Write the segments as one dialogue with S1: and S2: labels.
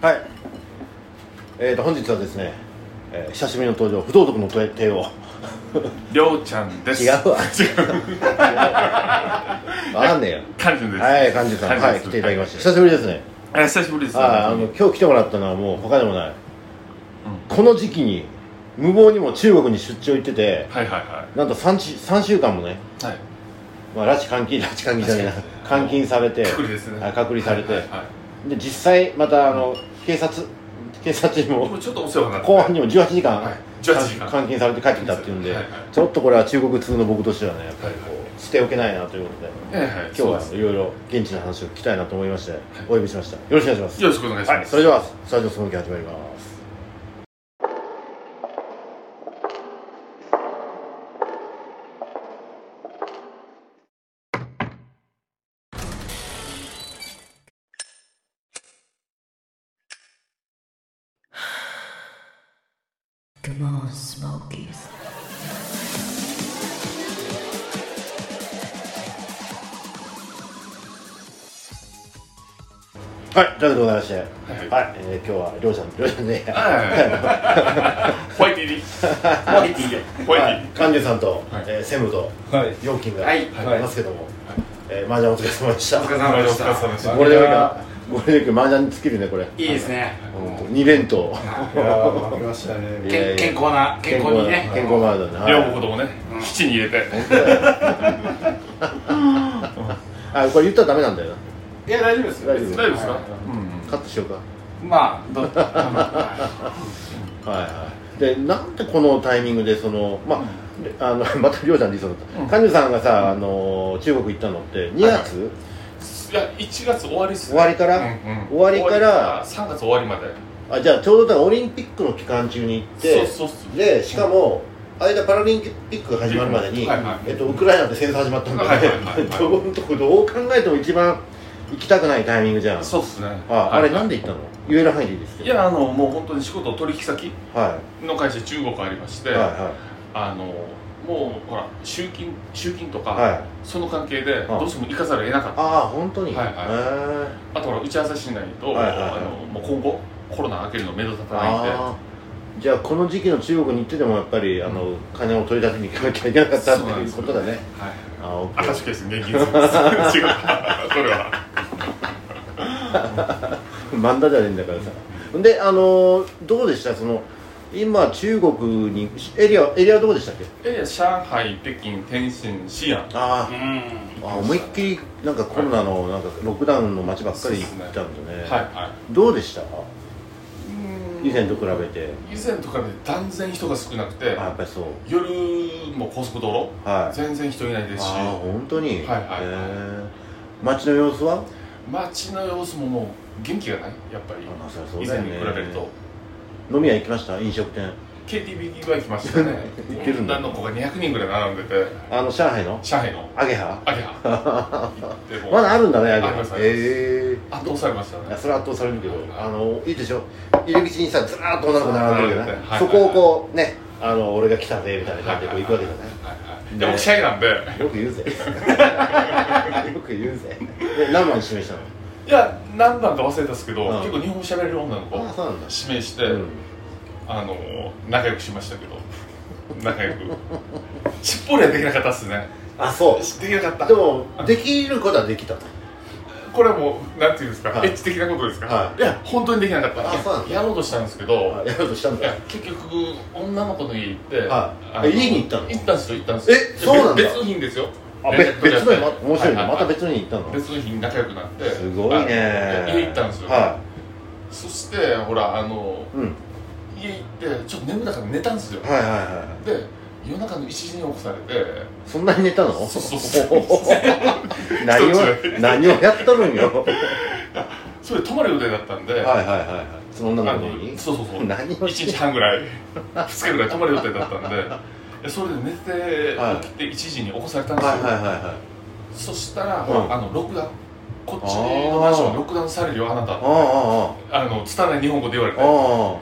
S1: はい。えーと、本日はですね、えー久しぶりの登場、不道徳の帝王。
S2: りょうちゃんです
S1: 違うわ。違う。わかんねえよ。
S2: カンジュンです
S1: はい、幹事さん、
S2: カ
S1: は
S2: ン
S1: い、
S2: ジュンです
S1: 来ていただきました。久しぶりですね。
S2: はいあ久しぶりです
S1: あーあ
S2: 本
S1: の、今日来てもらったのはもう他でもない。この時期に、無謀にも中国に出張行ってて
S2: 当、にはいはいは
S1: なんと 3, 3週間もね、
S2: いはい
S1: まあ、拉致監禁、拉致監禁じゃねえな
S2: 拉致監禁
S1: 監禁されて、
S2: 隔離ですね
S1: あ隔離されて、
S2: はいはいはい
S1: で、実際、また、あの、警察、警察にも、
S2: 僕ちょっとお世話になって
S1: 後半にも18時間,、
S2: はい18時間
S1: 監禁されて帰ってきたっていうんで、
S2: はいはい
S1: ちょっとこれは中国通の僕としてはねやっぱりこう、
S2: はいは
S1: 捨ておけないなということで
S2: はいはい
S1: 今
S2: そうで
S1: 日
S2: す
S1: はいろいろ現地の話を聞きたいなと思いまして、お呼びしましたよろしくお願いします
S2: よろしくお願いし
S1: は
S2: ま
S1: い、
S2: す
S1: それではスタジオそのき始まりますはいということでございましてはい、
S2: はい
S1: えー今日はりょうちゃんりょうちゃんね
S2: ホワイティリ
S3: はいいいよ
S2: ホワイ
S1: はい、カンさんと、
S2: はい
S1: えーセムと、
S4: はい
S1: ヨウキンが、
S3: はい
S1: いますけども、えー、麻雀お疲れ様でした
S3: お疲
S2: テ
S3: れ
S2: ィリ
S3: 様で
S2: お
S3: し
S2: 疲れ
S3: た
S2: 様でした
S1: ゴールデンウィークはゴールデンウィーク麻雀に尽きるねこれ
S3: いいですね
S1: 2連投
S4: いやー負けましたね
S1: いやいや
S3: 健健康な健康にね
S1: 健康マードねはい
S2: 両方ともね基地に入れて
S1: あこれ言ったらダメなんだよない
S3: や大丈夫ですよ
S1: 大丈
S2: 大
S1: 夫
S2: 丈夫ですか
S3: はい
S2: うん
S1: カットしようか
S3: まあどうは
S1: はいはいでなんでこのタイミングでそのまあであの またりょうちゃんで言いそうだった、カンジュさんがさあの中国行ったのって2月、
S2: いや1月終わりっすね
S1: 終わりから
S2: うんうん
S1: 終わりから
S2: 3月終わりまで
S1: あじゃあちょうどだからオリンピックの期間中に行って
S2: そうそうそう
S1: でしかも、間パラリンピックが始まるまでに、
S2: はいはい
S1: えっと、ウクライナで戦争始まったんだ
S2: はい
S1: け
S2: はいはいはい
S1: どどうどう考えても一番行きたくないタイミングじゃん
S2: そうっすね
S1: ああれなんで行ったの言える範囲でいいですけ
S2: い
S1: ど
S2: やあのもう本当に仕事取引先
S1: は
S2: の会社中国ありまして
S1: いは
S2: あのもうほら集金集金とか、
S1: いはいはい
S2: その関係でどうしても行かざるを得なかった
S1: ああ本当に
S2: はいはい
S1: へー
S2: あとほら打ち合わせしないと、
S1: はいはいはい
S2: あのもう今後コロナ明けるの目処立たないんで
S1: あーじゃあこの時期の中国に行ってでもやっぱりあの、金を取り立てに行かなきゃいけなかったって
S2: そうなん
S1: いう
S2: です
S1: ことだね
S2: はい
S1: あオッケー
S2: 赤字ケー ス現金です違うそれは
S1: 漫画じゃねえんだからさであのーどうでしたその今中国にエリアエリアどこでしたっけ
S2: え上海北京天津西安
S1: あ
S3: い
S1: ー
S3: うん
S1: あ思いっきりなんかコロナのなんかロックダウンの街ばっかり行ったんだね
S2: はいは
S1: どうでした
S2: いうん
S1: 以前と比べて
S2: 以前とかで断然人が少なくて
S1: あやっぱりそう
S2: 夜も高速道
S1: はい
S2: 路全然人いないですし
S1: ああ本当に、
S2: はいはいはい
S1: へえ街の様子は
S2: 街の様子ももう元気がないやっぱり
S1: あそりゃそう
S2: 以
S1: だ
S2: 前
S1: よ
S2: に
S1: ね
S2: 比べると
S1: 飲み屋行きました飲食店
S2: KTV は行きましたね
S1: 行ってるんだ
S2: 女の子が200人ぐらい並んでて
S1: あの上海の
S2: 上海の
S1: アゲハ
S2: アゲハ 行っても
S1: まだあるんだねアゲ
S2: あります
S1: ハ
S2: あります
S1: え
S2: 圧倒されました
S1: えいや
S2: ね
S1: それは圧倒されるけど
S2: はいはい
S1: あのいいでしょ入り口にさずらーっと女の子並んでるよね、
S2: はいはい
S1: そこをこうねあの俺が来たぜみたいな感じでこう行くわけじゃない、
S2: いや僕シャイなんで
S1: よく言 うぜよく言うぜで何番示したの
S2: いや何番か忘れたんですけど
S1: うん
S2: 結構日本語喋れる女の子
S1: ああそうなんだ
S2: 指名して
S1: うん
S2: あの仲良くしましたけど仲良くしっぽりはできなかったっすね
S1: あそう
S2: できなかった
S1: でもできることはできたと
S2: これはもうなんていうんですか
S1: はい
S2: エッチ的なことです
S1: は
S2: か
S1: い
S2: いや本当にできなかっ
S1: あそうなん
S2: た
S1: だ
S2: やろうとしたんですけど
S1: あやろうとしたん
S2: い
S1: だ
S2: や結局女の子の家行って、
S1: はい
S2: あの
S1: え家に行ったの
S2: 行ったんですよ行ったんですよ
S1: えそうなんだ
S2: 別別の日にですよ
S1: あべ
S2: 連絡取り合
S1: 別の
S2: って
S1: にま面白い
S2: は
S1: ね
S2: は
S1: また別のに行ったの
S2: 別の日に仲良くなって
S1: すごいね
S2: あの家行ったんですよ、
S1: は
S2: そしてほらあの
S1: い、うん、
S2: 家行ってちょっと眠たから寝たんですよ
S1: はいはいは
S2: で夜中の1時に起こされて
S1: いそんなに寝たの
S2: そうそうそう
S1: おおおお何を
S2: 一つ
S1: 何をやっとるんよはい
S2: それ泊まる予定だったんで、
S1: はいはいはいその
S2: あ
S1: 女の子に
S2: のそうそうそう
S1: 何を
S2: 1日半ぐらい2日ぐらい泊まる予定だったんでいやそれで寝て
S1: はい
S2: 起きて1時に起こされたんですよ、
S1: はいはいはいはい
S2: そしたら、
S1: うん
S2: あの録画こっちのマンション録画されるよあなた
S1: あああ
S2: あの拙い日本語で言われて
S1: あああ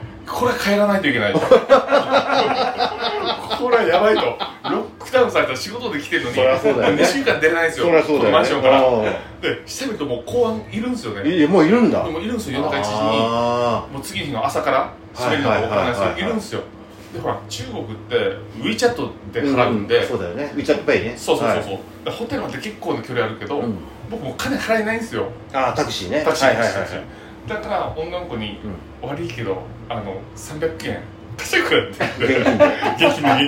S2: これは帰らないといけないとこれはやばいと録クタウンされたら仕事で来てるのに
S1: そりゃそうだよね
S2: 2週間出れないんですよ
S1: そりゃそうだよね
S2: このマンションから
S1: うん
S2: で久々ともう公安いるんですよね
S1: いやもういるんだ
S2: でもいるんですよ夜中1時に
S1: あ
S2: もう次の日の朝から閉めるのか分からないです
S1: はいはいはいはい
S2: けどいるんですよでほら中国って WeChat で
S1: ー
S2: 払うん
S1: う
S2: で
S1: んそうだよねウィチャットペイね
S2: そうそうそう
S1: は
S2: そ、
S1: いう
S2: でホテルまで結構な距離あるけど、
S1: うん
S2: 僕もう金払えないんですよ
S1: あータクシーね
S2: タクシー
S1: はいはい
S2: タ
S1: は
S2: クシ
S1: い
S2: ーだから女の子に
S1: うん
S2: 「悪いけどあの300円貸してくれ」って言っ
S1: 現
S2: て
S1: 金
S2: 現金 で現 金でい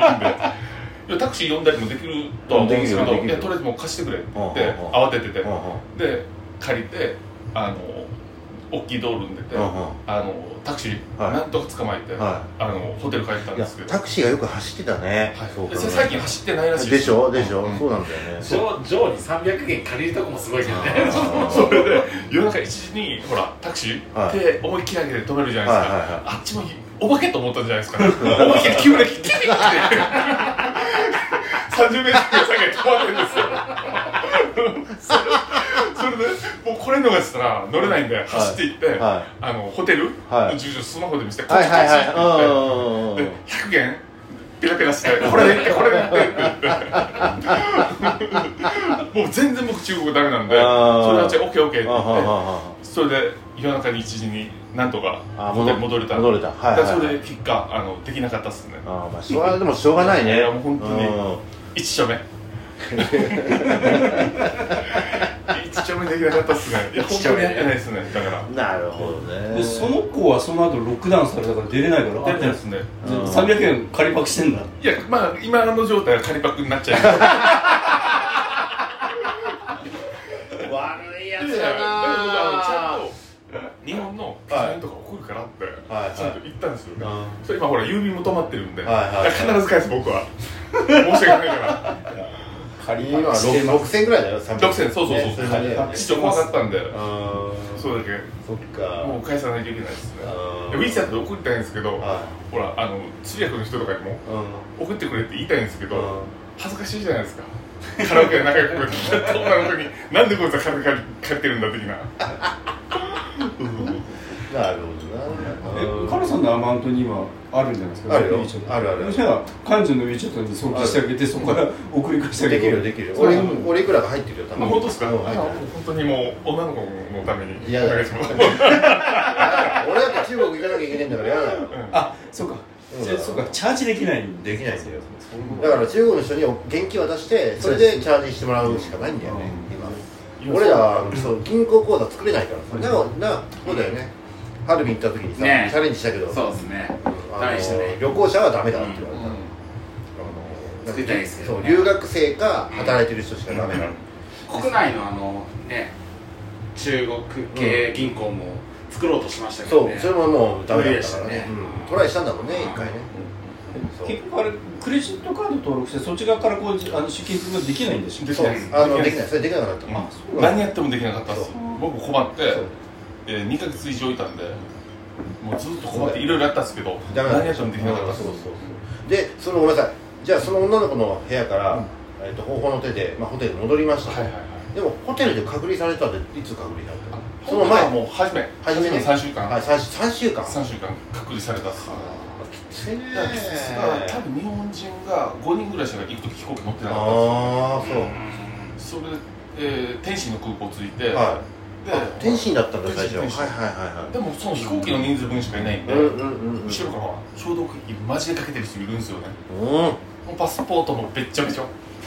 S2: やタクシー呼んだりもできるとは思うんです
S1: できる
S2: け
S1: よ
S2: ど
S1: でき
S2: い
S1: る
S2: やとりあえずもう貸してくれって
S1: うんうんうん
S2: 慌ててて
S1: うんうん
S2: で借りてあの大きい道路に出て
S1: うんうん
S2: あのタクシー
S1: はい
S2: なんとか捕まえて
S1: は
S2: あのホテル帰ったん
S1: いい
S2: で
S1: や
S2: すけど
S1: タクシーがよく走ってたね
S2: はい
S1: そう考え
S2: で
S1: たら
S2: 最近走ってないらしい
S1: でしょでしょ
S2: うん
S1: そうなんだよね
S3: ジョージョーに300元借りるとこもすごいけどね
S1: あー
S2: それで 夜中1時にほらタクシー
S1: はい
S2: って思いっきり上げて止めるじゃないですか、
S1: はいはいはい
S2: あっちもお化けと思ったんじゃないですか、 思いっきり急にキリッて30メートル先で止まってるんですよ それそれでもうこれ逃したら乗れないんで走っていって、
S1: は
S2: あのホテル
S1: はい
S2: の住所スマホで見せて、
S1: いはいはいはい
S2: こ
S1: うん
S2: っ
S1: うんう
S2: ち
S1: ん
S2: こっちって言
S1: うん
S2: ってで100元ペラペラしてこれでいってこれでい ってって言ってもう全然僕中国ダメなんでそれ
S1: あー
S2: はじゃあオッケーオッケーって
S1: あは
S2: 言って
S1: はは
S2: それで夜中に1時になんとか
S1: あ
S2: ホテル戻れた
S1: 戻れたはいはいはい
S2: だからそれで結果あのできなかったっすね
S1: あーまあそれはでもしょうがないね
S2: いやもう本当に
S1: うん
S2: 1 丁目1丁目できなかったっすねいや本当にやってないっすねだから
S1: なるほどね
S5: でその子はその後ロックダウンされたから出れないから
S2: やってないっすね
S1: うん
S5: 300円借りパクしてんだ
S2: いやまあ今の状態は仮パクになっちゃいます
S1: 悪いや
S2: い
S1: つ
S2: やいやだけどあ
S1: だ
S2: のちゃんと日本の基準とか起こるからって
S1: はいはい
S2: ちゃんと言ったんですよね
S1: な
S2: それ今ほら郵便も止まってるんでだ
S1: はいはい
S2: か
S1: はい
S2: ら必ず返す僕は申し訳ないから
S1: 仮に今6000ぐらいだよ300
S2: 6000そうそうそう
S1: ねれなりだよね
S2: ちょっと怖かったんで
S1: あー
S2: そうだけ
S1: そっか
S2: もう返さないといけないですね
S1: あ
S2: ウ
S1: ー
S2: ィーチャットで送りたいんですけど
S1: は
S2: ほらあの通訳の人とかにも
S1: いうん
S2: 送ってくれって言いたいんですけ
S1: うん
S2: ど恥ずかしいじゃないですかカラオケで仲良くなって女の子に「なんでこいつは金借り借りてるんだ」的な
S1: なるほ
S5: え
S1: ど
S5: カ
S1: な
S5: ロさんのアマウントに今あるんじゃないですか
S1: あるよ
S5: WeChat
S1: あるある
S5: そしたら彼女の WeChat に送金してあげてそこから送り返してあげ
S1: できる
S5: る
S1: よできるよ
S5: そう
S1: 俺
S5: なの
S1: 俺いくらか入ってるよ多
S2: まあ本当ですか
S1: うん入ってる
S2: 本当にもう女の子のために
S1: 嫌だ
S2: お願
S1: よ
S2: いします
S1: 俺だって中国行かなきゃいけないんだから嫌だよ
S5: あそうか
S1: うん
S5: じゃあそうかチャージできないん
S1: できないんだよ
S5: そういうこと
S1: だから中国の人に現金渡してそれでチャージしてもらうしかないんだよね今俺らそう銀行口座作れないからさなおなそうだよねハルビン行った時にさチ
S3: ね
S1: ャレンジしたけど
S3: そうですね
S1: あの
S3: ダメでしたね
S1: 旅行者はダメだって言われた
S3: うん
S1: あの
S3: 作りたいですけどね
S1: そう留学生か働いてる人しかダメなの
S3: 国内のあのね中国系銀行も作ろうとしましたけど
S1: そう
S3: ね
S1: それももうダメだ
S3: 無理で
S1: った
S3: し
S1: か
S3: た
S1: らね
S3: ね
S1: うんトライしたんだもんね一回ねそう
S5: 結局あれクレジットカード登録してそっち側からこうあの出金することできないんでしょ
S2: でき
S1: そう
S2: ないです
S1: あのできないそれできなくなった
S2: うん
S5: あそうなんだ
S2: 何やってもできなかったっす
S1: そう
S2: 僕困って
S1: そう
S2: えー2ヶ月以上いたんでもうずっと困っていろいろやったんですけど
S1: ダメだ
S2: 何やってもできなかったっす
S1: そうそうそうでそのごめんなさいじゃあその女の子の部屋から、えっと方法の手で、まあ、ホテルに戻りました、
S2: はいはいはい
S1: でもホテルで隔離されたっていつ隔離されたのそ
S2: そ
S1: の
S2: の
S1: 前
S2: 前はもう初め
S1: 初めね
S2: 3週間、
S1: はい、3, 三週間
S2: 3週間隔離されたっす
S1: きついね
S2: だから多分日本人が5人ぐらいしか行く時飛行機持ってなかっ
S1: ああそう、
S2: たんですよそれで、えー天津の空港着いて、
S1: は
S2: で
S1: い天津だったんだ最初は
S2: 天
S1: い
S2: 津
S1: はいはい
S2: でもその飛行機の人数分しかいないんで、
S1: はいうんうんうんうん
S2: 後ろからは消毒液マジでかけてる人いるんですよね
S1: うん
S2: もうパスポートもべっちゃべ ちゃ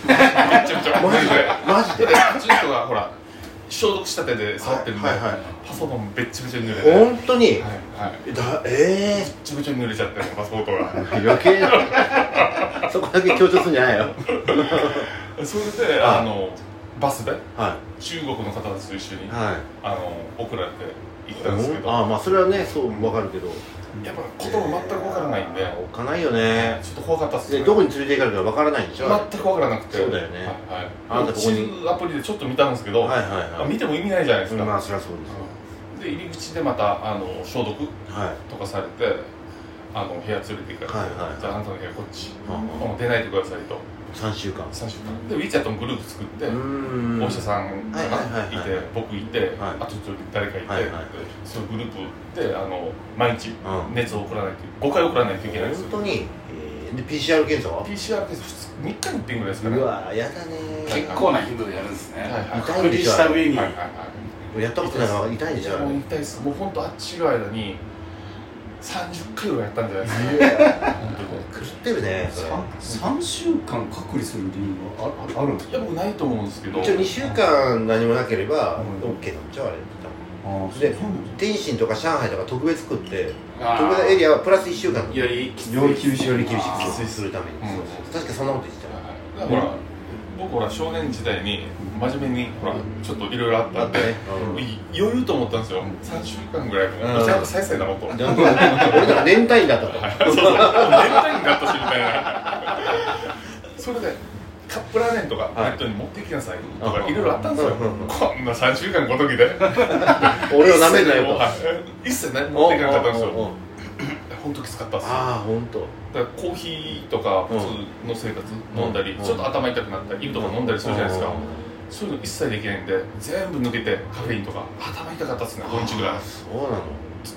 S2: べっちゃべちゃ
S1: マジでマジで
S2: であっちの人がほら消毒した手で触ってるんで、
S1: はいはいはい
S2: パスポートもべっちゃべちゃに濡れてはい
S1: 本当に、
S2: はい
S1: だえ
S2: べっちゃべちゃに濡れちゃってパスポートが
S1: え ー、余 計なそこだけ強調するんじゃないよ
S2: それで、
S1: はい
S2: あのバスで
S1: は
S2: 中国の方たちと一緒
S1: い
S2: に、
S1: はい
S2: あの送られて行ったんですけど、
S1: ああまあそれはねそうわかるけど
S2: やっぱ言葉全く分からないんで、
S1: 置かないよね
S2: ちょっと怖かったっすね
S1: でどこに連れて行かれるかわからないんでしょ
S2: 全く分からなくて
S1: そうだよね
S2: はいはい、
S1: あなたここに
S2: 地図アプリでちょっと見たんですけど、
S1: はいはいはい
S2: あ見ても意味ないじゃないですか、
S1: まあそりゃそうですよ
S2: で入り口でまたあの消毒
S1: はい
S2: とかされてあの部屋連れて行かれて、
S1: はいはい
S2: じゃああなたの部屋こっち、
S1: うん
S2: もう出ないでくださいと
S1: 3週間
S2: 3週間で WeChat のグループ作って、
S1: うーん
S2: お医者さんがいて、
S1: はいはいはいはい
S2: 僕いて、
S1: はい
S2: あとちょっと誰かいて、
S1: はいはい
S2: そのグループであの毎日
S1: うん
S2: 熱を送らないとい5回送らないといけないんで
S1: 本
S2: すよ
S1: 当にえーで PCR 検査は
S2: PCR 検査3日に1遍ぐらいですかね
S1: う
S2: はい
S1: わやだね
S2: はい
S3: 結構な頻度でやるんですね、
S2: はいはい
S1: 痛い
S3: 隔
S1: で
S3: 離
S1: しょ
S3: した上に、
S2: はいはい
S1: やったことないから痛いでしょあ
S2: もう
S1: れ
S2: 痛いですもう本当あっちいる間に30回ぐらいやったんじゃないですか本
S1: 狂ってるねそれ
S5: 三週間隔離する理由はああるんです
S2: 当にいや僕ないと思うんですけど
S1: 一応2週間何もなければ
S5: うん
S1: OK なんちゃうあれ
S5: あー
S1: で
S5: そうなんです
S1: 天津とか上海とか特別区って
S3: あー
S1: 特別エリアはプラス1週間よ
S3: よりきつい
S5: より厳しい
S1: より厳しく
S3: あー
S1: 規制するために
S2: う
S1: そ
S2: ん
S1: うそう確かそんなこと言ってた
S2: はいだからほら僕ほら少年時代に真面目にほらちょっといろいろあった
S1: あっ
S2: ん
S1: た
S2: で
S1: ね
S2: い余裕と思ったんですよ3週間ぐらいも
S1: うん
S2: ちゃんと再生なの
S1: う
S2: と
S1: ん俺なんか年単位だ ったと
S2: そうそう年単位になったしみたいな それでカップラーメンとか
S1: はい
S2: ネットに持ってきなさいとか
S1: うん
S2: いろいろあったんですよ
S1: うんうんうん
S2: こんな3週間ごときで
S1: 俺を舐めるなよと
S2: 一切何も持っていかなかったんです
S1: おうおうおう
S2: よ本当きつかったっすだ
S1: ああ本当。
S2: からコーヒーとか普通の生活飲んだり
S1: うん
S2: ちょっと頭痛くなったり指とか飲んだりするじゃないですかそういうの一切できないんで全部抜けてカフェインとか頭痛かったっすね5日ぐらい
S1: そうなの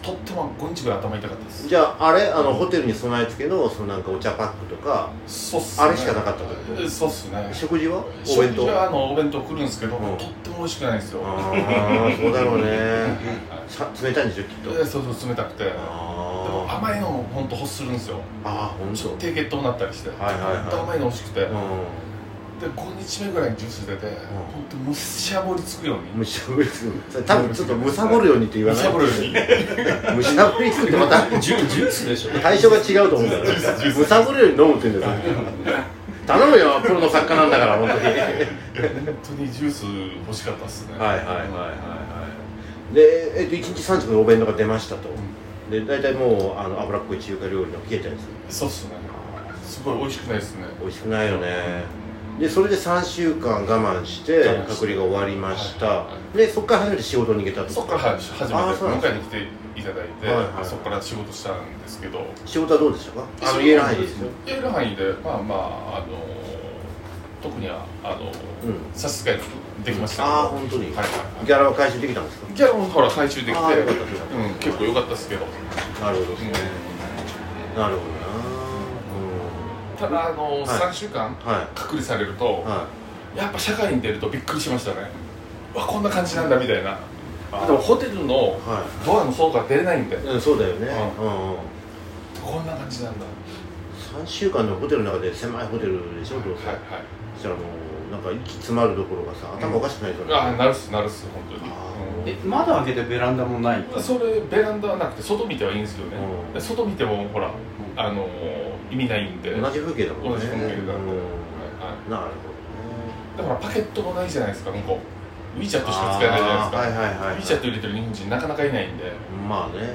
S2: とっても5日ぐらい頭痛かったっす
S1: じゃああれあのホテルに備え付けのそのなんかお茶パックとか
S2: そうっす
S1: あれしかなかったってこと
S2: えそうっすね
S1: 食事はお
S2: 食
S1: 弁
S2: 事
S1: 当
S2: はあのお弁当来るんですけど、
S1: うん
S2: とっても美味しくないんですよ、
S1: ああそうだろうねさ冷たいんでしょきっと
S2: でそうそう冷たくてでも
S1: あー
S2: 甘いのも本当欲するんですよ
S1: あー本
S2: ちょっと
S1: 当
S2: 低血糖になったりして、
S1: はいはいはい
S2: 本当甘いの欲しくて、で
S1: う
S2: 5日目ぐらいにジュース出て、本当むしゃぼりつくように
S1: んむしゃぶりつくそれ多分ちょっとむさぼるようにって言わ
S2: む
S1: な
S2: し
S1: い
S2: ゃぼるようにジュ
S1: むしゃぶりつくってまた
S5: ジュジュースでしょ
S1: 対象が違うと思うんだよ
S2: ースジュー
S1: むさぼるように飲むって言うんだよそれ頼むよプロの作家なんだから本当にはい
S2: ス本当にジュース欲しかったっすね
S1: はいはいはいはいでえっと1日3食のお弁当が出ましたとで大体もうあの脂っこい中華料理の冷えたやつ
S2: そうっすねすごい美味しくないですね
S1: 美味しくないよねでそれで3週間我慢して
S2: 我慢して
S1: 隔離が終わりました、
S2: は
S1: でそこから初めて仕事に行けたと
S2: そっからはい初めて
S1: あーそうなんです
S2: 迎えに来ていただいて、
S1: はいはいはい
S2: そっから仕事したんですけど
S1: 仕事はどうでしたかあの言えないですよ
S2: 言える範囲でまあまああの特にはあ
S1: うん
S2: の、差し支えなくできましたけど
S1: ああ本当に、
S2: はいはい
S1: ギャラは回収できたんです
S2: ギャラもほら回収できて、
S1: あーよかったよかった
S2: うん、結構良かったですけど、
S1: かなるほどですね、なるほどな
S2: ただあの、
S1: い
S2: 3週
S1: う
S2: 間
S1: んは
S2: 隔離されると
S1: い、は
S2: やっぱ社会に出るとびっくりしましたねうわこんな感じなんだみたいなでもホテルの
S1: いは
S2: ドアの外から出れないんで
S1: いうんそうだよね、
S2: う
S1: うんうん
S2: こんな感じなんだ
S1: 3週間のホテルの中で狭いホテルでしょどうせ、
S2: はいはい
S1: そしたらもうなんか息詰まるどころかさ頭おかしくないですよ
S2: あ
S1: ね、
S2: なるっすなるっす本当に
S1: あ
S2: うん
S5: え窓開けてベランダもない
S2: それベランダはなくて外見てはいいんですけどね、
S1: うん
S2: で外見てもほらあのー意味ないんで
S1: 同じ風景だもんね
S2: 同じ風景だもん
S1: うん
S2: ねはいは
S1: なるほどね
S2: だからパケットもないじゃないですか向こう WeChat しか使えないじゃないで
S1: あ
S2: すか、
S1: ーはいはいはい
S2: WeChat 入れてる日本人なかなかいないんで
S1: まあね、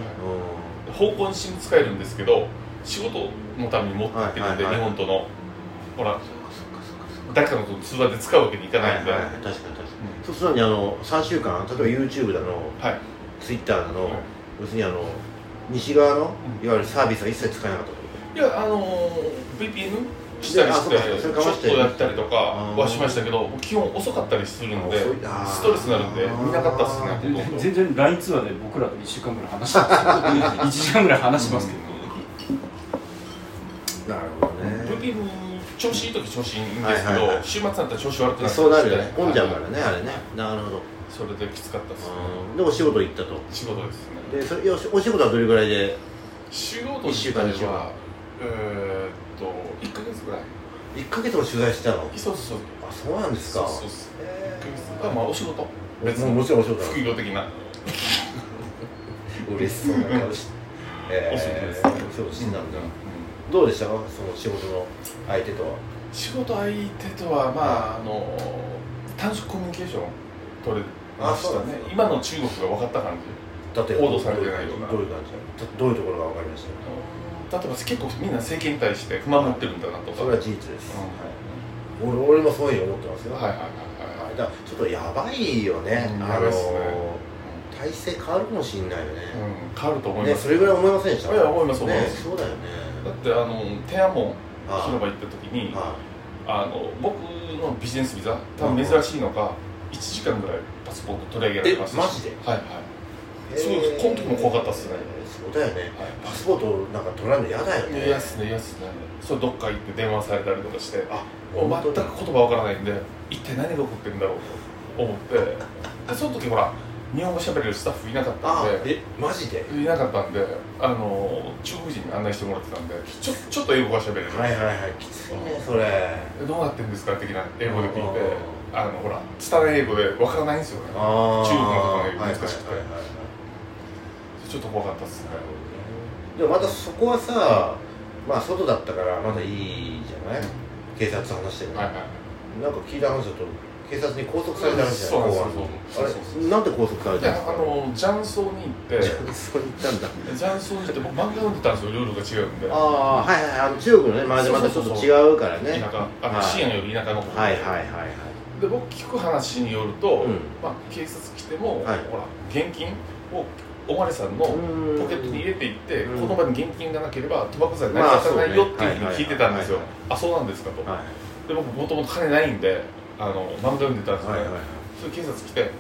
S2: 方向に新使えるんですけど仕事のために持ってってるん
S1: はいは
S2: で、
S1: いはい
S2: 日本とのほら誰かの通話で使うわけにいか
S1: うん、は
S2: ないいんで、
S1: はいはい確かに確かに、そうするのにあの3週間例えば YouTube だの
S2: はい
S1: Twitter だの、
S2: はい
S1: 要するにあの西側の
S2: う
S1: いわゆるサービスが一切使えなかったってこ
S2: いやあのー VPN したりし
S1: い
S2: て
S1: やあそうかそれか
S2: ちょ
S1: ま
S2: っ
S1: し
S2: と
S1: て
S2: やったりとか
S1: あー
S2: はしましたけど基本遅かったりするん
S1: 遅
S2: で
S1: いあー
S2: ストレスになるんで見なかったっすねほとんど
S5: 全然 LINE ツアーで僕らと1週間ぐらい話して ます1時間ぐらい話しますけど
S1: となるほどね
S2: VPN 調子いい時調子いいんですけ
S1: はいはいはい
S2: ど週末になったら調子悪くなって
S1: そうなるよね混んじゃうか
S2: はい
S1: らねあれねなるほど
S2: それできつかったっすね
S1: うんでお仕事行ったと
S2: 仕事ですね
S1: でそれよしお仕事はどれぐらいで
S2: 仕事自体
S1: 一週間一
S2: は
S1: 応
S2: えーっと1か月ぐらい
S1: 1か月も取材してたの
S2: そうそうそう
S1: あそうなんです
S2: そう
S1: か
S2: そうそう
S1: へ
S2: 1ヶ月だからまあお仕事
S1: ー
S2: 別
S1: もうも
S2: の
S1: ちろんお仕事だ
S2: 副業的な
S1: 嬉しそうな顔して
S2: お仕事ですね
S1: そう死んだんだ、
S2: うん
S1: どうでしたかその仕事の相手とは
S2: 仕事相手とはまああの短縮コミュニケーション取れまし
S1: あそうなん
S2: た
S1: です
S2: ね
S1: か
S2: 今の中国が分かった感じ
S1: 例えば
S2: 報道されてないような
S1: どういう感じなのどどういうところが分かりまし
S2: 例えば結構みんな政権に対して不満持ってるんだなと
S1: たそ
S2: か
S1: れは事実です、は
S2: う
S1: い、俺俺もそういうふうに思ってますよ、
S2: んはいは
S1: は
S2: いはいは
S1: いだからちょっとやばいよね、
S2: うん
S1: あ
S2: やばいっすね
S1: の体制変わるかもしれないよ
S2: い、う
S1: ね、
S2: ん、変わると思い
S1: ね
S2: ます、
S1: それぐらい思いませんでした
S2: いや思います思いま
S1: ね
S2: す
S1: そうだよね
S2: だってあの天安門
S1: あ
S2: 広場行った時に
S1: あ
S2: あの僕のビジネスビザ多分珍しいのが1時間ぐらいパスポート取り上げられました
S1: えマジで
S2: はいはいそうですこの時も怖かったっすね
S1: そうだよねパスポートなんか取らんの嫌だよね
S2: 嫌っすね嫌っすねそれどっか行って電話されたりとかしてあもう
S1: 本当
S2: 全
S1: に
S2: く言葉わからないんで一体何が起こってるんだろうと思ってでその時ほら日本語喋れるスタッフいなかった
S1: あ
S2: んで
S1: えマジで
S2: いなかったんであの中国人に案内してもらってたんでちょちょっと英語が喋れる、
S1: はいはいはいきついねそれ
S2: えどうなってるんですか的な英語で聞いて
S1: う
S2: あのほら拙い英語でわからないんですよね
S1: あー
S2: 中国の方がより難しくて
S1: はいはいはいはい
S2: ちょっと怖かったっすね
S1: でもまたそこはさまあ外だったからまだいいじゃない警察と話してるの
S2: はいはい
S1: なんか聞いた話だと警察に拘束された話じゃない
S2: そう
S1: 公安
S2: そう
S1: あ
S2: そうそうそう
S1: れなんで拘束され
S2: い
S1: たん
S2: や
S1: です
S2: あ
S1: か
S2: の雀荘に行って
S1: そう言ったんだ
S2: 雀荘に行って僕漫画読んでたんですよルールが違うんで
S1: ああはいはいあの中国のねまあまたちょっと違うからね
S2: 田舎あ
S1: は
S2: の
S1: い
S2: 深夜より田舎の方で,、
S1: はいはいはいはい
S2: で僕聞く話によると、
S1: うん
S2: まあ、警察来ても、
S1: はい
S2: ほら現金をおまれさんの
S1: う
S2: ポ
S1: ーん
S2: ケットに入れていって、
S1: うん
S2: この場に現金がなければ賭博罪に成り立たないよっていうふうに聞いてたんですよ、
S1: まあ
S2: あそうなんですかと、
S1: は
S2: で僕もともと金ないんであの漫画読んでたんです
S1: い
S2: よ、
S1: はいはいはい
S2: それ警察来て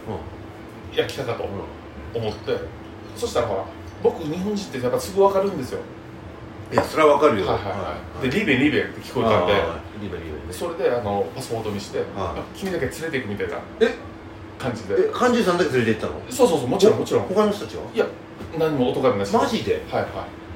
S2: いや来たかと
S1: うんうん
S2: 思って、そしたらほら僕日本人ってやっぱすぐ分かるんですよ、
S1: いやそれはわかるよ
S2: はいはいはい、でリベリベって聞こえたんで
S1: あーリベリベね
S2: それであのパスポート見して、
S1: は
S2: 君だけ連れていくみたいな
S1: え
S2: 感じで
S1: え漢字さんだけ連れて行ったの
S2: そうそうそうもちろんもちろん
S1: 他の人たちはい
S2: や何も男がなし
S1: マジで
S2: はいは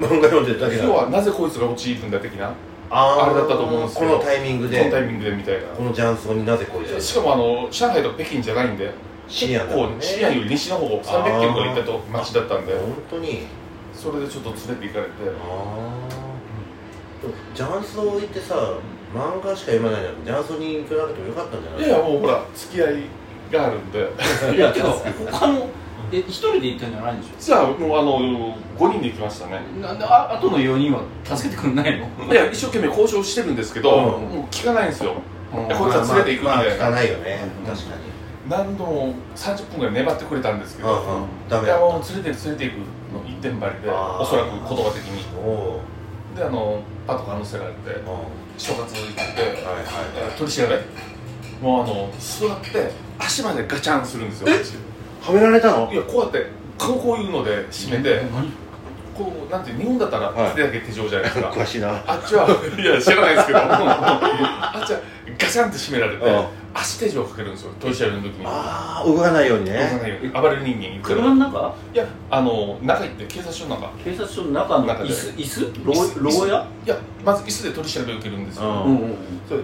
S1: 漫画読んでるだけ
S2: い
S1: だ
S2: 要はなぜこいつが陥るんだ的な
S1: あー
S2: あれだったと思うんですけど
S1: このタイミング
S2: このタ
S1: で
S2: イミングでみたい
S1: こ
S2: な
S1: の雀荘になぜこいつが
S2: しかもあの上海とか北京じゃないんで
S1: シニアだ
S2: こうシリアより西の方300キロぐらい行ったと町だったんで
S1: 本当に
S2: それでちょっと連れて行かれて
S1: ああでも雀荘行ってさ漫画しか読まないなら雀荘に行かなくてもよかったんじゃない
S2: いやいやもうほら付き合いがあるんで
S5: いやけど他のえ一人で行ったんじゃないんでし
S2: じゃあもうあの5人で行きましたね
S5: ょなんでああとの4人は助けてくんないの
S2: いや一生懸命交渉してるんですけど、
S1: うん
S2: もう聞かないんですよ
S5: うん
S2: いやこいつは連れて行くみた
S1: まあ
S2: いな
S1: まあまあ聞かないよね
S5: うん
S1: 確かに
S2: 何度も30分ぐらい粘ってくれたんですけ
S1: う
S2: ど、
S1: んうんダメ
S2: い
S1: だ
S2: や
S1: った
S2: もう連れて連れていくの一点張りで
S1: あー
S2: おそらく言葉的に
S1: おお
S2: であのパッと話せられて
S1: ーうん
S2: 所轄行って、
S1: はいはいはい
S2: えー取り調べもうあの座って足までガチャンするんですよ
S1: はめられたの
S2: 私いやこうやってこうこういうので締めてこうなんて日本だった
S1: は
S2: ら
S1: い
S2: 手だけ手錠じゃないですか、
S1: 詳 しいな
S2: あっちはいや知らないですけど あっちはガチャンって締められて、
S1: うん
S2: 足手錠かけるんですよ取り調べの時に
S1: ああ動かないように
S2: 動か
S1: ね
S2: ないように暴れる人間いるから
S5: 車の中
S2: いやあの中行って警察署の中
S5: 警察署の中の
S2: 中で
S5: 椅子
S2: 椅
S5: 椅子
S2: 子
S5: 牢牢屋
S2: いやまず椅子で取り調べを受けるんですよ、
S1: うん
S5: うんうんうん
S2: それ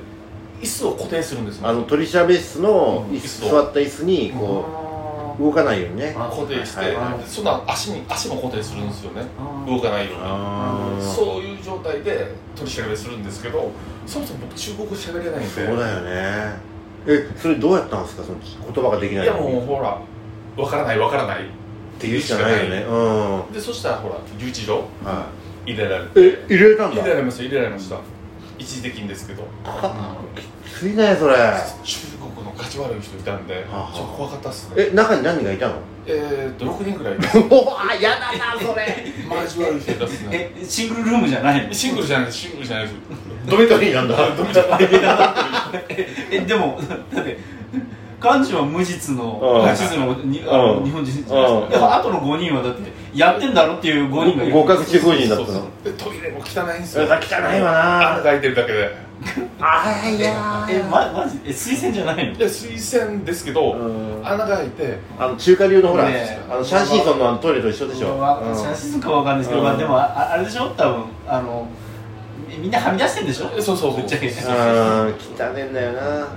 S2: 椅子を固定するんですよ
S1: あの取り調べ室の
S2: うん
S1: 椅子座った椅子にこ
S2: こ
S1: う動かないようにね
S5: あ
S2: 固定して、
S1: はい
S5: はい
S2: でそんな足に足も固定するんですよね
S5: あー
S2: 動かないよう
S1: あ
S2: に
S1: あ
S2: そういう状態で取り調べするんですけどそもそも僕中国語喋れないんで
S1: そうだよねえそれどうやったんですかその言葉ができないい
S2: や
S1: のに
S2: もう
S1: っ
S2: ほらわからないわからない
S1: て言うしかないよねうん
S2: でそしたらほら留置所
S1: は
S2: 入れられ
S1: い
S2: て
S1: え入れたん
S2: 入れ
S1: だ
S2: られました入れられました一時的にですけど
S1: ついねそれ
S2: 中国のガチ悪い人いたんで、
S1: はあはあ
S2: ちょっと怖かったっすね
S1: え中に何がい たの
S2: えーっと6人ぐらい
S1: おわやだなそれ
S2: マジ悪い人いたっす ね
S5: えシングルルームじゃないの
S2: シングルじゃないですシングルじゃないです
S1: ドミトリーなん だドミトリ
S5: えでもだって幹事は無実
S1: う
S5: の
S1: ん
S5: 無実のにあの
S1: うん
S5: 日本人じゃないですか
S1: うん
S5: だからあとの5人はだってやってんだろっていう5人がいる
S1: 合格中5人だ
S2: そ
S1: っ
S2: う
S1: た
S2: そう
S1: の
S2: でトイレも汚いんです
S1: それ
S2: よ
S1: だ汚いわな
S2: 穴が開いてるだけで
S1: あーいやー
S5: えまマジえ推薦じゃないの
S2: で推薦ですけど、
S1: うん
S2: 穴が開いて
S1: あの中華流のほら
S5: ねえ
S1: あのシャンシーソンのあのトイレと一緒でしょ
S5: う
S1: うん
S5: わ
S1: ん
S5: 写真かわかんないですけど、
S1: うん
S5: まあ、でもああれでしょ多分あのみみんなはみ出してんでしょ
S2: えそうそうそう
S5: ぶっちゃけ
S2: そ
S1: う
S2: う
S1: ん汚ねんだよな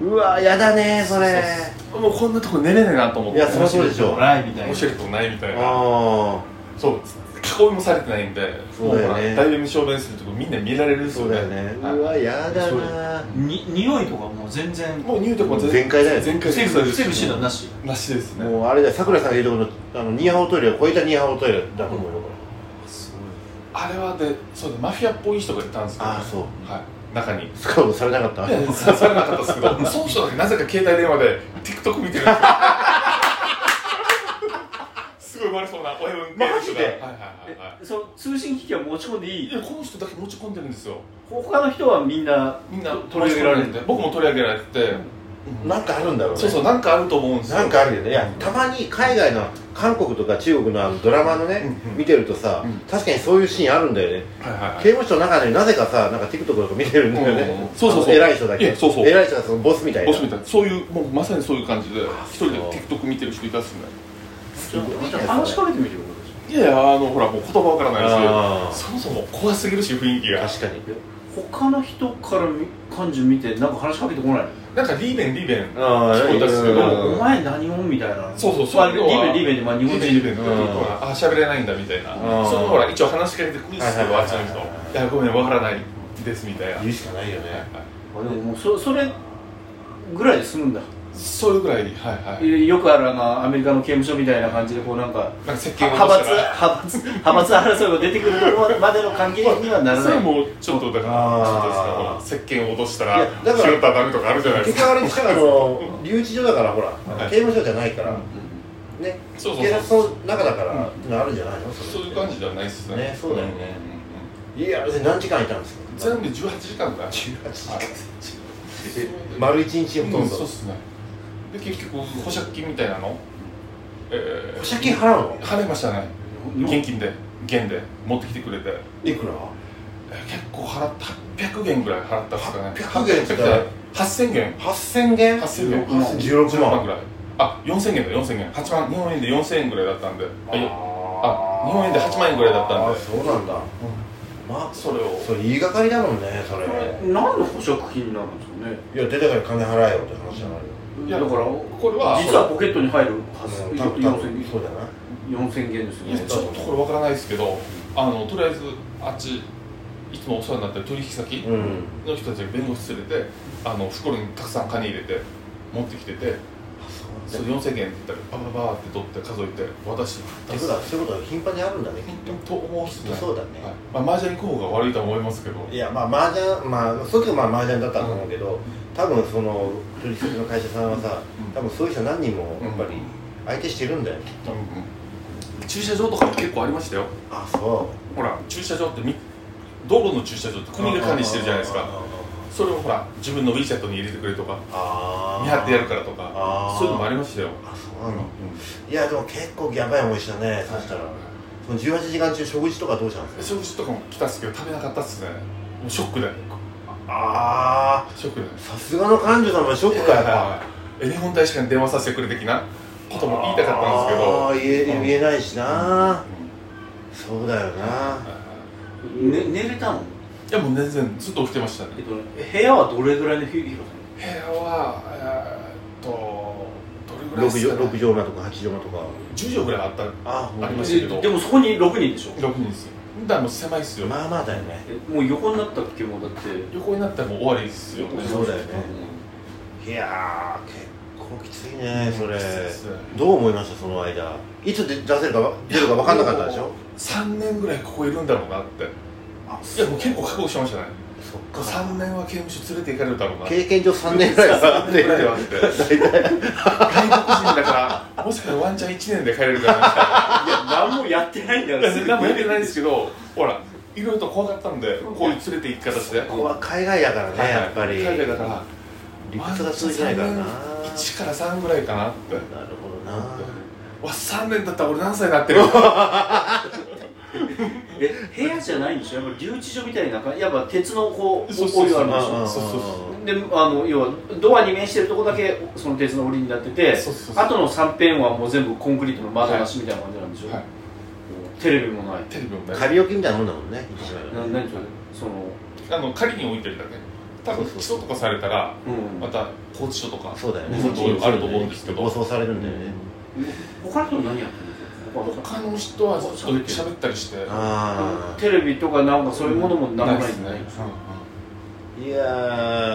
S1: うわやだねそれ
S2: もうこんなとこ寝れねえなと思って
S1: いやそりゃそうでしょ
S5: ドライみたい
S2: 面
S5: な
S2: 白いことないみたいな
S1: あ
S2: そう囲いもされてないんで
S1: そうだよね
S2: もほら大弁証明するとこみんな見られる
S1: あ
S2: んです
S1: そ
S2: よ
S1: う
S2: ね
S1: だよね
S2: はいう
S1: わやだ
S5: そう
S1: な
S5: に匂いとかもう全然
S2: もう入とも
S1: 全開だよね
S2: 全開
S5: セー
S2: 全開
S5: フ
S2: です
S5: セーフしてたなし
S2: なしですね
S1: もうあれだよさくらさんがいるところのあのニーハオトイレを超えたニーハオトイレだと思うよこれ
S2: あれはでそうでマフィアっぽい人がいたんですけど
S1: ああそう
S2: はい中に
S1: スカウトされなかった
S2: いや刺されなかったですけど、 その人だけなぜか携帯電話で TikTok 見 てるんですよ。すごい悪そうな親分
S1: マジで
S2: はいはいはいは
S5: えその通信機器は持ち込んでい
S2: い。いやこの人だけ持ち込んでるんですよ。
S5: 他の人はみんな
S2: みんな
S5: 取り上げられて
S2: て、僕も取り上げられてて、
S1: なんかあるんだろうね
S2: そうそうなんかあると思うんですよ
S1: なんかあるよねいやたまに海外の韓国とか中国のあのドラマのね、
S2: うんうん
S1: 見てるとさ、
S2: うん
S1: 確かにそういうシーンあるんだよね、
S2: はいはいはい
S1: 刑務所の中でなぜかさなんか TikTok とか見てるんだよね、
S2: うんうんうんそうそうそう
S1: あの偉い人だ
S2: い
S1: け
S2: やそうそう
S1: 偉い人がそのボスみたいな
S2: ボスみたいなそういうもうまさにそういう感じで一人で TikTok 見てる人いたっすね
S1: すごいね
S5: 話しかけてみるよ
S2: いやいやあのほらもう言葉わからない
S1: あー
S2: ですけどそもそも怖すぎるし雰囲気が
S1: 確かに
S5: 他の人からみ感じ見てなんか話しかけてこないの
S2: なんかリーベンリーベン
S1: あ
S2: 聞こえたっすけど
S1: うん
S5: お前何者みたいな
S2: そうそう
S5: ま
S2: そ
S5: あ
S2: う
S5: リベリベにまあ日本人
S2: リベンリベン
S1: うん
S2: あ喋れないんだみたいな
S1: うん
S2: そのほら一応話しかけてくるっすけど
S1: はいは
S2: あ
S1: い
S2: っち
S1: はい
S2: の
S1: はい
S2: 人いやごめんわからないですみたいな
S1: 言うしかないよね、
S5: あでももうそそれぐらいで済むんだ、
S2: それぐらいはいはい
S5: えよくあるあのアメリカの刑務所みたいな感じでこうなんか
S2: なんか設計を
S5: 派閥
S2: したら
S5: 派閥派閥争いが出てくるところまでの関係にはなら
S2: そ
S5: な
S2: れ
S5: い
S2: もちょっとだから
S1: あー
S2: ちょっとですねほら石鹸を落とした
S1: い
S2: ら
S1: やだから
S2: 拾ったらダメとかあるじゃないです
S1: 結
S2: か
S1: 果あれしかも留置所だからほら、
S2: い
S1: 刑務所じゃないから、ね
S2: そうそう
S1: 警
S2: そ
S1: 察
S2: う
S1: の中だから、あるんじゃないの
S2: そういう
S1: れっ
S2: 感
S1: て
S2: じではないっすね
S1: ねそうだよね
S2: んん
S1: いや何時間いたんですか
S2: うん全部18時間だ18時間
S1: 丸一日ほと
S2: うん
S1: んど、
S2: そうっすねで結局保釈金みたいなのえ
S1: 保釈金払うの
S2: ー払いましたね
S5: 日本
S2: 現金で現で持ってきてくれて
S1: いくら
S2: えー結構払った800元ぐらい払ったっすかね
S1: 800元って
S2: 8000元
S1: 8000元
S2: 8000元
S1: 16
S2: 16万
S1: 万
S2: ぐらいあ4000円だ4000円8万日本円で4000円ぐらいだったんであいやあ日本円で8万円ぐらいだったんで
S1: あそうなんだ、まあ
S2: それを
S1: それ言いがかりだもんねそれい
S5: 何の保釈金なんですかね
S1: や出たから金払えよって話じゃないよ
S5: いやだから
S2: これは
S5: 実はポケットに入るはず
S1: うん多分多分
S5: 4000
S1: そうだな
S5: 元です
S2: いや
S5: ね
S2: ちょっとこれわからないですけどあのとりあえずあっちいつもお世話になってる取引先
S1: うん
S2: の人たちが弁護士連れてあの袋にたくさん金入れて持ってきててそれ4000円って言ったらバババーって取って数えて私
S1: だからそういうことが頻繁にあるんだねきっ
S2: と思うっすね
S1: そうだね
S2: はいまあ麻雀行く方が悪いとは思いますけど
S1: といやまあ麻雀まあその時はまあ麻雀だったと思うけど、多分その取引先の会社さんはさ、
S2: うん
S1: 多分そういう人何人もやっぱり相手してるんだよ、
S2: 駐車場とかも結構ありましたよ
S1: あそ
S2: ほら駐車場ってみ道路の駐車場って
S1: う
S2: 国が管理してるじゃないですかそれをほら自分の WeChat に入れてくれとか
S1: ああ
S2: 見張ってやるからとか
S1: あー
S2: そういうのもありましたよ
S1: あそうなのいやでも結構やばい思いしたねそしたらその18時間中食事とかどうしたんですか
S2: 食事とかも来たっすけど食べなかったっすねもうショックで
S1: あ
S2: ショックで
S1: あさすがの彼女様はショックかやっぱ
S2: え日本大使館に電話させてくれ的なことも言いたかったんですけど
S1: ああ言え
S2: うん
S1: 言えないしな
S2: うん
S1: そうだよな
S5: ね寝れたの
S2: いやもう全然ずっと起きてましたね
S5: えっと部屋はどれぐらいの広さ
S2: 部屋はえーっとどれぐら
S1: 6
S2: いっすか
S1: 畳6
S2: ね
S1: 畳間とか8畳間とか
S2: 10畳ぐらいあった
S1: あ
S2: ありましたけど
S5: ででもそこに6人でしょ
S2: 6人ですよだからもう狭いっすよ
S1: まあまあだよね
S5: えもう横になったっけもうだって
S2: 横になったらもう終わりっすよ
S1: そうだよね
S2: うん
S1: いやー結構きついねそれ
S2: きついですね
S1: どう思いましたその間いつ出出せるかわ出るか分かんなかったでしょ
S2: 3年ぐらいここいるんだろうなっていやもう結構覚悟してましたね
S1: そっ
S2: 3年は刑務所連れて行かれるだろう な
S1: 経験上3年ぐ らい
S2: 3
S1: か
S2: 年ぐらいはあって
S1: 大体
S2: 外国人だからもしかしたらワンチャン1年で帰れるかない
S5: や何もやってないんだ
S2: みたいな何もやってないですけど ほらいろいろと怖かったんでこういう連れて行く形で
S1: ここは海外だからね、
S2: はい
S1: やっぱり
S2: 海外だから
S1: 理屈が通じないからななる
S2: 1から3ぐらいかなって
S1: ほどな
S2: わ3年だったら俺何歳になって る
S5: え部屋じゃないんでしょやっぱ留置所みたいな感じやっぱ鉄のこう
S2: そうそう
S5: お湯あ
S2: そう
S5: るでしょ
S2: んそうそう
S5: であの要はドアに面してるとこだけその鉄の檻になってて
S2: そうそうそう
S5: あとの3辺はもう全部コンクリートの窓なしみたいな感じなんでしょ、
S2: はい
S5: テレビもない
S2: テレビも
S1: うん
S2: ね
S1: カリオケみたいなもんだもんね一応
S5: な何それその
S2: あの仮に置いてるだけ多分基礎とかされたら
S5: うん
S2: また拘置所とか
S1: そうだよね
S2: そういうのあると思うんですけ
S1: 暴
S2: ど
S1: 走されるんだよね、
S5: 他の人何やってるんですか他の人
S2: 他の人はちょっと喋ったりして
S1: あ
S5: テレビとかなんかそういうものもなくない
S2: っ
S5: です
S2: す
S5: ね、
S1: あいや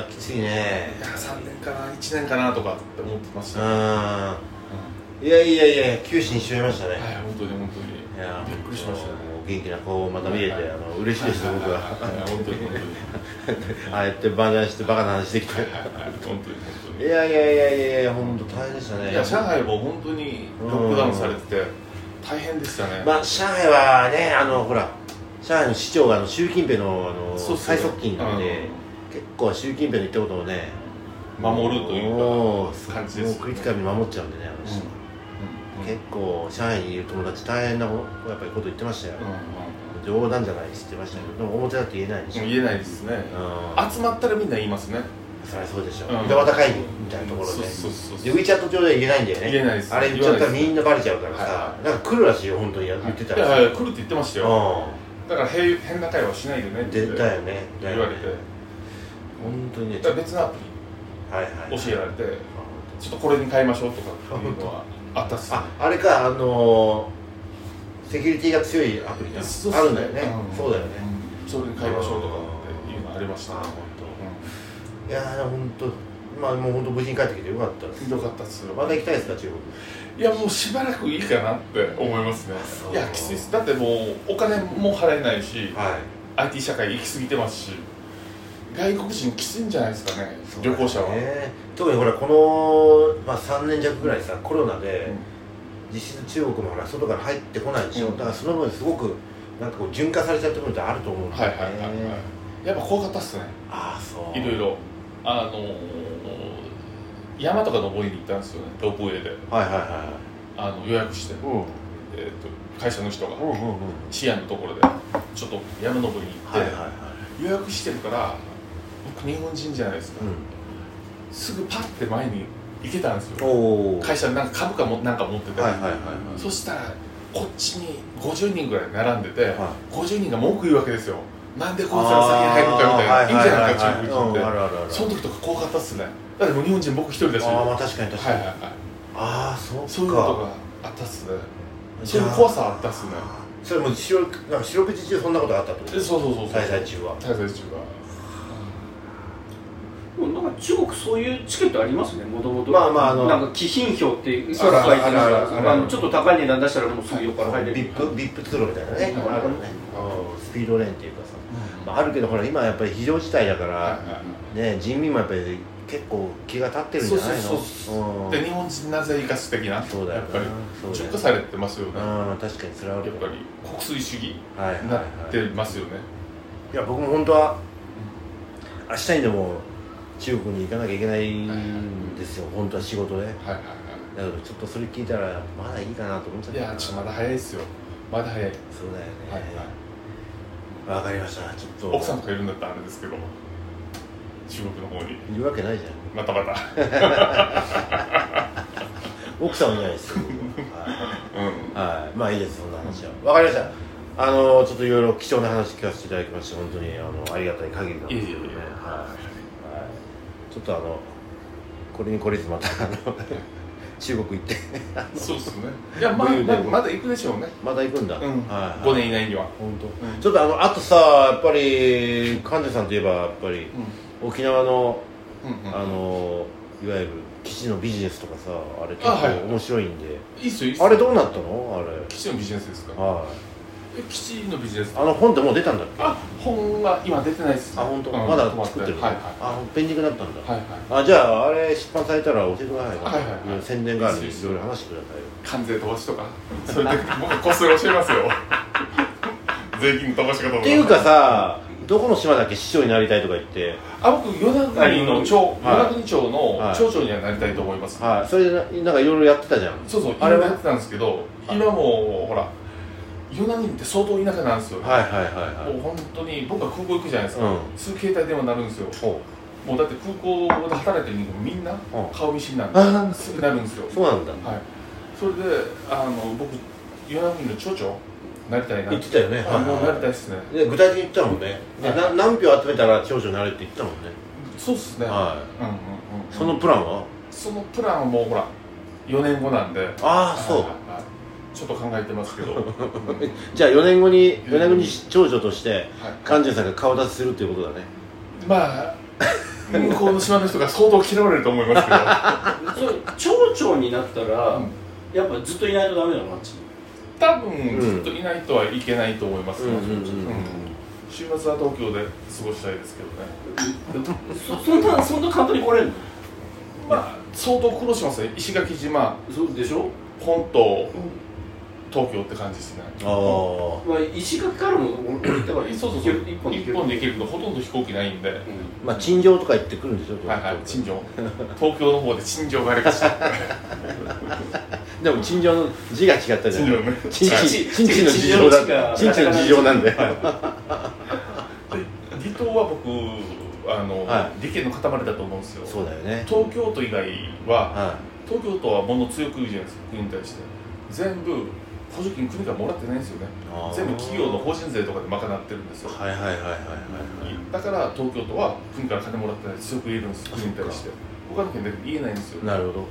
S1: ーきついね
S2: いや3年かな1年かなとかって思ってましたはい
S1: あーいやいやいや九死にしちゃいましたね、
S2: 本当に本当に
S1: い、やー
S2: びっくりしましたね
S1: もう元気な子をまた見れて、
S2: はいはい
S1: あの嬉しいです、僕は
S2: はい本当に本当に
S1: ああやってバカしてバカな話できて
S2: はい本当に本
S1: いやいやいやいやいや本当大変でした
S2: 当
S1: ね
S2: にいや上海も本当にロックダウンされてて大変でしたね
S1: まあ、上海はね、あのほら、上海の市長があの習近平のあの
S2: そうっすよ
S1: 最側近なんで、結構習近平の言ったことをね、
S2: 守るというか感じです
S1: もうクリティカルに守っちゃうんでねあの人、
S2: うん
S1: 結構上海にいる友達大変なほやっぱりこと言ってましたよ、
S2: うんうん
S1: 冗談じゃないしって言ってましたけどでも表だと言えないでしょ、
S2: 言えないですね
S1: うん
S2: 集まったらみんな言いますね
S1: そりゃそうでしょ
S2: うん
S1: 井戸端会議みたいなところで
S2: そうそうそうそう
S1: でウィーチャット上では言えないんだよね
S2: 言えないです
S1: あれ言っちゃったらみんなバレちゃうから
S2: 言わない
S1: さ
S2: で
S1: なんか来るらしいよ本当にや言ってた
S2: い
S1: ら
S2: やいや
S1: さ
S2: 来るって言ってましたよ
S1: う
S2: だから変変な会話しないでねっ
S1: ん
S2: て
S1: でだよねだよ
S2: 言われ
S1: ね
S2: て
S1: 本当にね
S2: だから別のアプ
S1: はいはい
S2: リ教えられてちょっとこれに変えましょうとかっていうのはあったっすね
S1: ああれかあのーセキュリティが強いアプリだ
S2: そうっすね
S1: あるんだよね
S2: うん
S1: そうだよね
S2: うんそれに変えましょうとかっていうのありましたね
S1: あ本いやー本当まあもう本当無事に帰ってきてよかったです
S2: うんよかったっすよ
S1: また行きたいですか中国
S2: いやもうしばらくいいかなって思いますね
S1: そう
S2: いやきついですだってもうお金も払えないし
S1: はい
S2: IT 社会行き過ぎてますし外国人きついんじゃないですかね
S1: そうだ
S2: 旅
S1: よね
S2: 行者は、
S1: 特にほらこの、まあ、3年弱ぐらいさコロナで
S2: うん
S1: 実質中国もほら外から入ってこないでしょ、
S2: うん
S1: だからその分すごくなんかこう循環されちゃった部分ってあると思うん
S2: は
S1: だ
S2: い
S1: よ
S2: は
S1: ね、
S2: いはいはいやっぱ怖かったっすね
S1: ああそう
S2: いろいろあのー山とか登りに行ったんですよねロープウェイで
S1: はいはいは
S2: あの予約して、
S1: いうん
S2: えー、と会社の人が
S1: うんうんうん
S2: シアンのところでちょっと山登りに行っ
S1: は
S2: て、
S1: いはいはい
S2: 予約してるから僕日本人じゃないですか、
S1: う
S2: すぐパッて前に行けたんです
S1: ん
S2: よ
S1: おお
S2: 会社なんか株価もなんか持ってて、
S1: はいはいはいはい
S2: そしたらこっちに50人ぐらい並んでて、
S1: は
S2: 50人が文句言うわけですよなんでこいつら先に入るかみたいないいんじゃないか中国人って、
S1: あるあるある
S2: その時とか怖かったっすねだってもう日本人僕一人だし
S1: ああま
S2: は
S1: あ確かに
S2: い
S1: 確
S2: は
S1: か
S2: い
S1: に、
S2: はい
S1: ああそうか
S2: そういうことがあったっすねそういう怖さあったっすね
S1: それもう四六なんか四六時中そんなことがあったってこと
S2: でそうそうそうそう
S1: 滞在中は
S2: 滞在中は
S3: でもなんか中国そういうチケットありますねもともと
S1: まあまああの
S3: なんか貴賓票っていう
S2: そう
S3: ら書いてある
S2: あるあるある
S3: あのちょっと高い値段出したらもうすぐ横から入れ
S1: ビッ
S3: る
S1: プビップ通路みたいなね、
S2: うん
S1: あるね、うんスピードレーンっていうかさ、まあ、あるけどほら今やっぱり非常事態だから、ね人民もやっぱり結構気が立ってるんじゃないの
S2: そうそうそう
S1: うん
S2: で日本人なぜ生かす的な
S1: そうだよ
S2: やっ
S1: な
S2: ぱり
S1: そうだよ
S2: 除去されてますよねやっ
S1: うん確かにそれはある
S2: ぱり国粋主義
S1: はいはい
S2: にな
S1: は
S2: っ
S1: い
S2: てますよね
S1: いや僕も本当は明日にでも中国に行かなきゃいけないんですよ本当は仕事でだ
S2: はいはいは
S1: けどちょっとそれ聞いたらまだいいかなと思っちゃっ
S2: いい
S1: た
S2: やちょっとまだ早いですよまだ早い
S1: そうだよね
S2: はいはい
S1: わ、かりましたちょっと
S2: 奥さんとかいるんだったらあれですけど中国の方に
S1: いるわけないじゃん
S2: またまた
S1: 奥さんはいないですよ僕は
S2: うん
S1: はい、はい、まあいいですそんな話はわかりましたあのちょっといろいろ貴重な話聞かせていただきまして本当にあのありがたい限りなんですけどね
S2: いえいえ
S1: はい、
S2: いえ
S1: はい、ちょっとあのこれに懲りずまたあ の中国行って
S2: そうですねいやまあ
S1: 武勇伝
S2: まあまだ行くでしょうね
S1: まだ行くんだ、
S2: うん
S1: はい、
S2: 5年以内には
S1: 本当、
S2: ん
S1: ちょっとあのあとさやっぱり神田さんといえばやっぱり
S2: う
S1: 沖縄の、
S2: んうんうん
S1: あのいわゆる基地のビジネスとかさあれ結
S2: あはい
S1: 構面白いんで
S2: いいっすよいいっす
S1: あ,、
S2: よ
S1: れどうなったのあれ
S2: 基地のビジネスですか
S1: はい
S2: え基地のビジネス
S1: あの本ってもう出たんだっけ
S2: あ本が今出てないです
S1: あ本当、
S2: うん
S1: まだ
S2: 止ま
S1: 作ってるの、
S2: はいはい
S1: あペンディングだったんだ、
S2: はいはい
S1: あじゃああれ出版されたら教えてくださいよ、
S2: はいはいはい
S1: うん宣伝代わり
S2: いいっ
S1: にい
S2: す
S1: ろ
S2: よ
S1: いろ話してくださいよ
S2: 関税飛ばしとかそういう時僕こっそり教えますよ 税金飛ばし方も
S1: っていうかさどこの島だっけ市長になりたいとか言って、
S2: あ僕与那国の町
S1: はい
S2: 与那国町
S1: は
S2: の
S1: い
S2: 町長にはなりたいと思います、
S1: はい、それでなんかいろいろやってたじゃん
S2: そうそう
S1: あ
S2: あ
S1: れ
S2: れ
S1: は
S2: はやってたんですけど今もうほら与那国って相当田舎なんですよ、
S1: はいはいはい
S2: もう本当に僕は空港行くじゃないですか、
S1: はい
S2: すぐ携帯電話になるんですよ
S1: うんほ
S2: もうだって空港で働いてる人もみんな
S1: ん
S2: 顔見知りなんで
S1: あ
S2: すぐなるんですよ
S1: あそうなんだ
S2: はい、それであの僕与那国の町長なりたいな
S1: 言ってたよね
S2: あもうなりたい
S1: は
S2: ですね
S1: いで具体的に言ってたもんねで
S2: はい
S1: な何票集めたら長女になれるって言ってたもんね
S2: そうっすね、
S1: は
S2: うんうんうん、
S1: いそのプランは
S2: そのプランはもうほら4年後なんで
S1: ああそう
S2: うちょっと考えてますけど、 うん
S1: じゃあ4年後に4年後に長女として
S2: は
S1: 関ジェさんが顔出しするっていうことだね
S2: い、まあ向こうの島の人が相当嫌われると思い ますけど
S3: そう町長になったら、
S2: うん
S3: やっぱずっといないとダメなのあっちに
S2: 多分ずっといないとはいけないと思います
S1: う
S2: ね、
S1: ん
S2: 週末は東京で過ごしたいですけどね
S3: そ そんなそんな簡単に来れるの
S2: まあ相当苦労しますね石垣島
S3: そうでしょ
S2: 本島東京って感じですね
S1: ああ
S3: まあ、石垣からも俺俺行ったから一
S2: そうそうそう
S3: 一
S2: 一本
S3: 本で
S2: で
S3: 行ける
S2: 行けるけどほとんど飛行機ないんで、
S3: うん
S1: まあ陳情とか行ってくるんでしょ
S2: はいはい陳情東京の方で陳情があれか しら
S1: でも陳情の字が違ったじゃ
S2: 陳
S1: ない
S2: 情ね
S1: 陳情陳情の事情だ陳情の事情なんでは
S2: 離島は僕あの、
S1: は
S2: 理系の塊だと思うんですよ
S1: いそうだよね
S2: 東京都以外は
S1: は
S2: 東京都はもの強く言うじゃないですか国に対して全部補助金国からもらってないんですよね
S1: あー
S2: 全部企業の法人税とかで賄ってるんです
S1: い
S2: よ
S1: はいはいはいはいはい
S2: だから東京都は国から金もらってない強く言えるんです国に対して他の県で言えないんですよ
S1: なるほど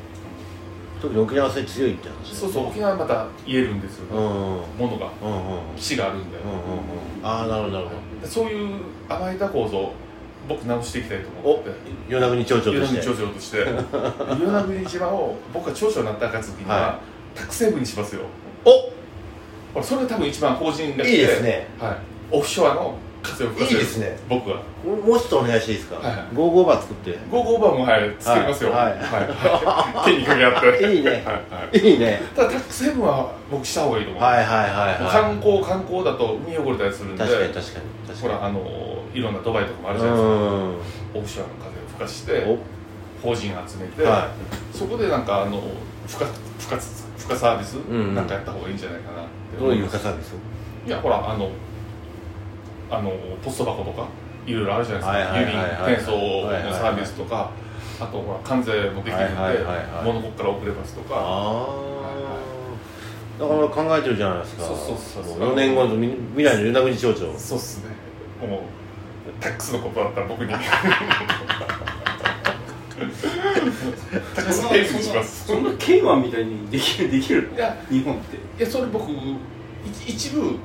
S1: 特に沖縄性強いって話
S2: そう
S1: う
S2: そう沖縄はまた言えるんですよ、
S1: うんうん
S2: ものが
S1: うんうんうん
S2: 基地があるんで、
S1: ああなるほどなるほ
S2: そういう甘えた構造僕直していきたいと
S1: ど
S2: 思
S1: お
S2: って
S1: 与那国町長と
S2: 与那
S1: し
S2: 国
S1: て
S2: 長々 として与那国島を僕が長所になった暁には
S1: は
S2: 宅政部にしますよ
S1: お
S2: 俺それが多分一番法人が来
S1: い
S2: て
S1: いですね
S2: はい、オフショアの風を吹かせる
S1: いいですね
S2: 僕は
S1: ももうちょっとお願いしていいですか
S2: はいはい
S1: ゴーゴーバー作って
S2: ゴーゴーバーもはい作りますよ
S1: はい
S2: はい手にかけ合って
S1: いいね
S2: はいはい
S1: いいね
S2: ただタックスヘブンは僕した方がいいと思う、
S1: はいはいはいはい
S2: 観光観光だと海汚れたりするんで
S1: 確かに確かに確かに
S2: ほらあのいろんなドバイとかもあるじゃないです
S1: う
S2: か
S1: ん
S2: オフショアの風を吹かして法人集めて、
S1: おは
S2: そこでなんかあの付加付加付加サービス、
S1: んうん
S2: なんかやった方がいいんじゃないかなって
S1: いどう
S2: 思い
S1: いう
S2: ます
S1: 深サービス
S2: いやほらあのあのポスト箱とかいろいろあるじゃ
S1: はい
S2: な
S1: はいい
S2: ですか、
S1: はいはい
S2: 郵便転送のサービスとか、あとほら関税もできるんで、
S1: はいはいはいはい
S2: 物こっから送れますとか
S1: ああだから考えてるじゃないですか
S2: そうそうそうそう
S1: 4年後のみ未来の与那国町長
S2: そうっすねもうタックスのことだったら僕にタックスペイにします
S5: そんなケイマンみたいにできるできるの
S2: いや
S5: 日本って
S2: いやそれ僕い一部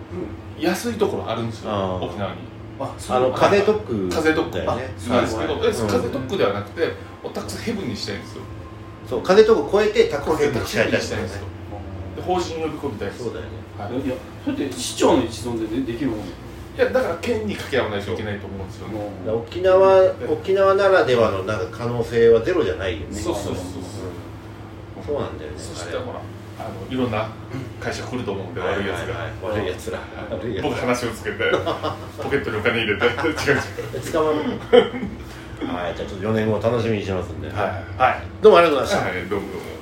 S2: 安いところあるんですよ
S1: あー
S2: 沖縄に
S5: あそ
S1: あの風特区
S2: 風特区
S1: だよね
S2: なんですけど、え
S1: うん
S2: 風特区ではなくてもうタックスヘブンにしたいんですよ
S1: そう風特区越えてタコヘ
S2: タ
S1: ブ
S2: ッ
S1: に
S2: クス
S1: 近
S2: ヘブ
S1: いた
S2: ンに
S1: い
S2: したいんですよ
S5: う
S2: で法人呼び込みたいです
S1: そうだよね
S2: はい、
S5: んいやそれって市長の一存ででできるもん
S2: いやだから県に掛け合わないといけないと思うんですよね、
S1: だから沖縄沖縄ならではのなんか可能性はゼロじゃないよね
S2: そうそうそうそう
S1: うんそうなんだよね
S2: そし
S1: あ
S2: て
S1: れ
S2: ほらあのいろんな会社来ると思うんで
S1: は
S2: 悪いやつが、
S1: はは悪いやつら悪いや
S2: 僕話をつけてポケットにお金入れて違う違う
S1: つ 捕まる はいじゃあちょっと4年後楽しみにしてますんで
S2: はい
S1: はいどうもありがとうございました
S2: はいどうもどうも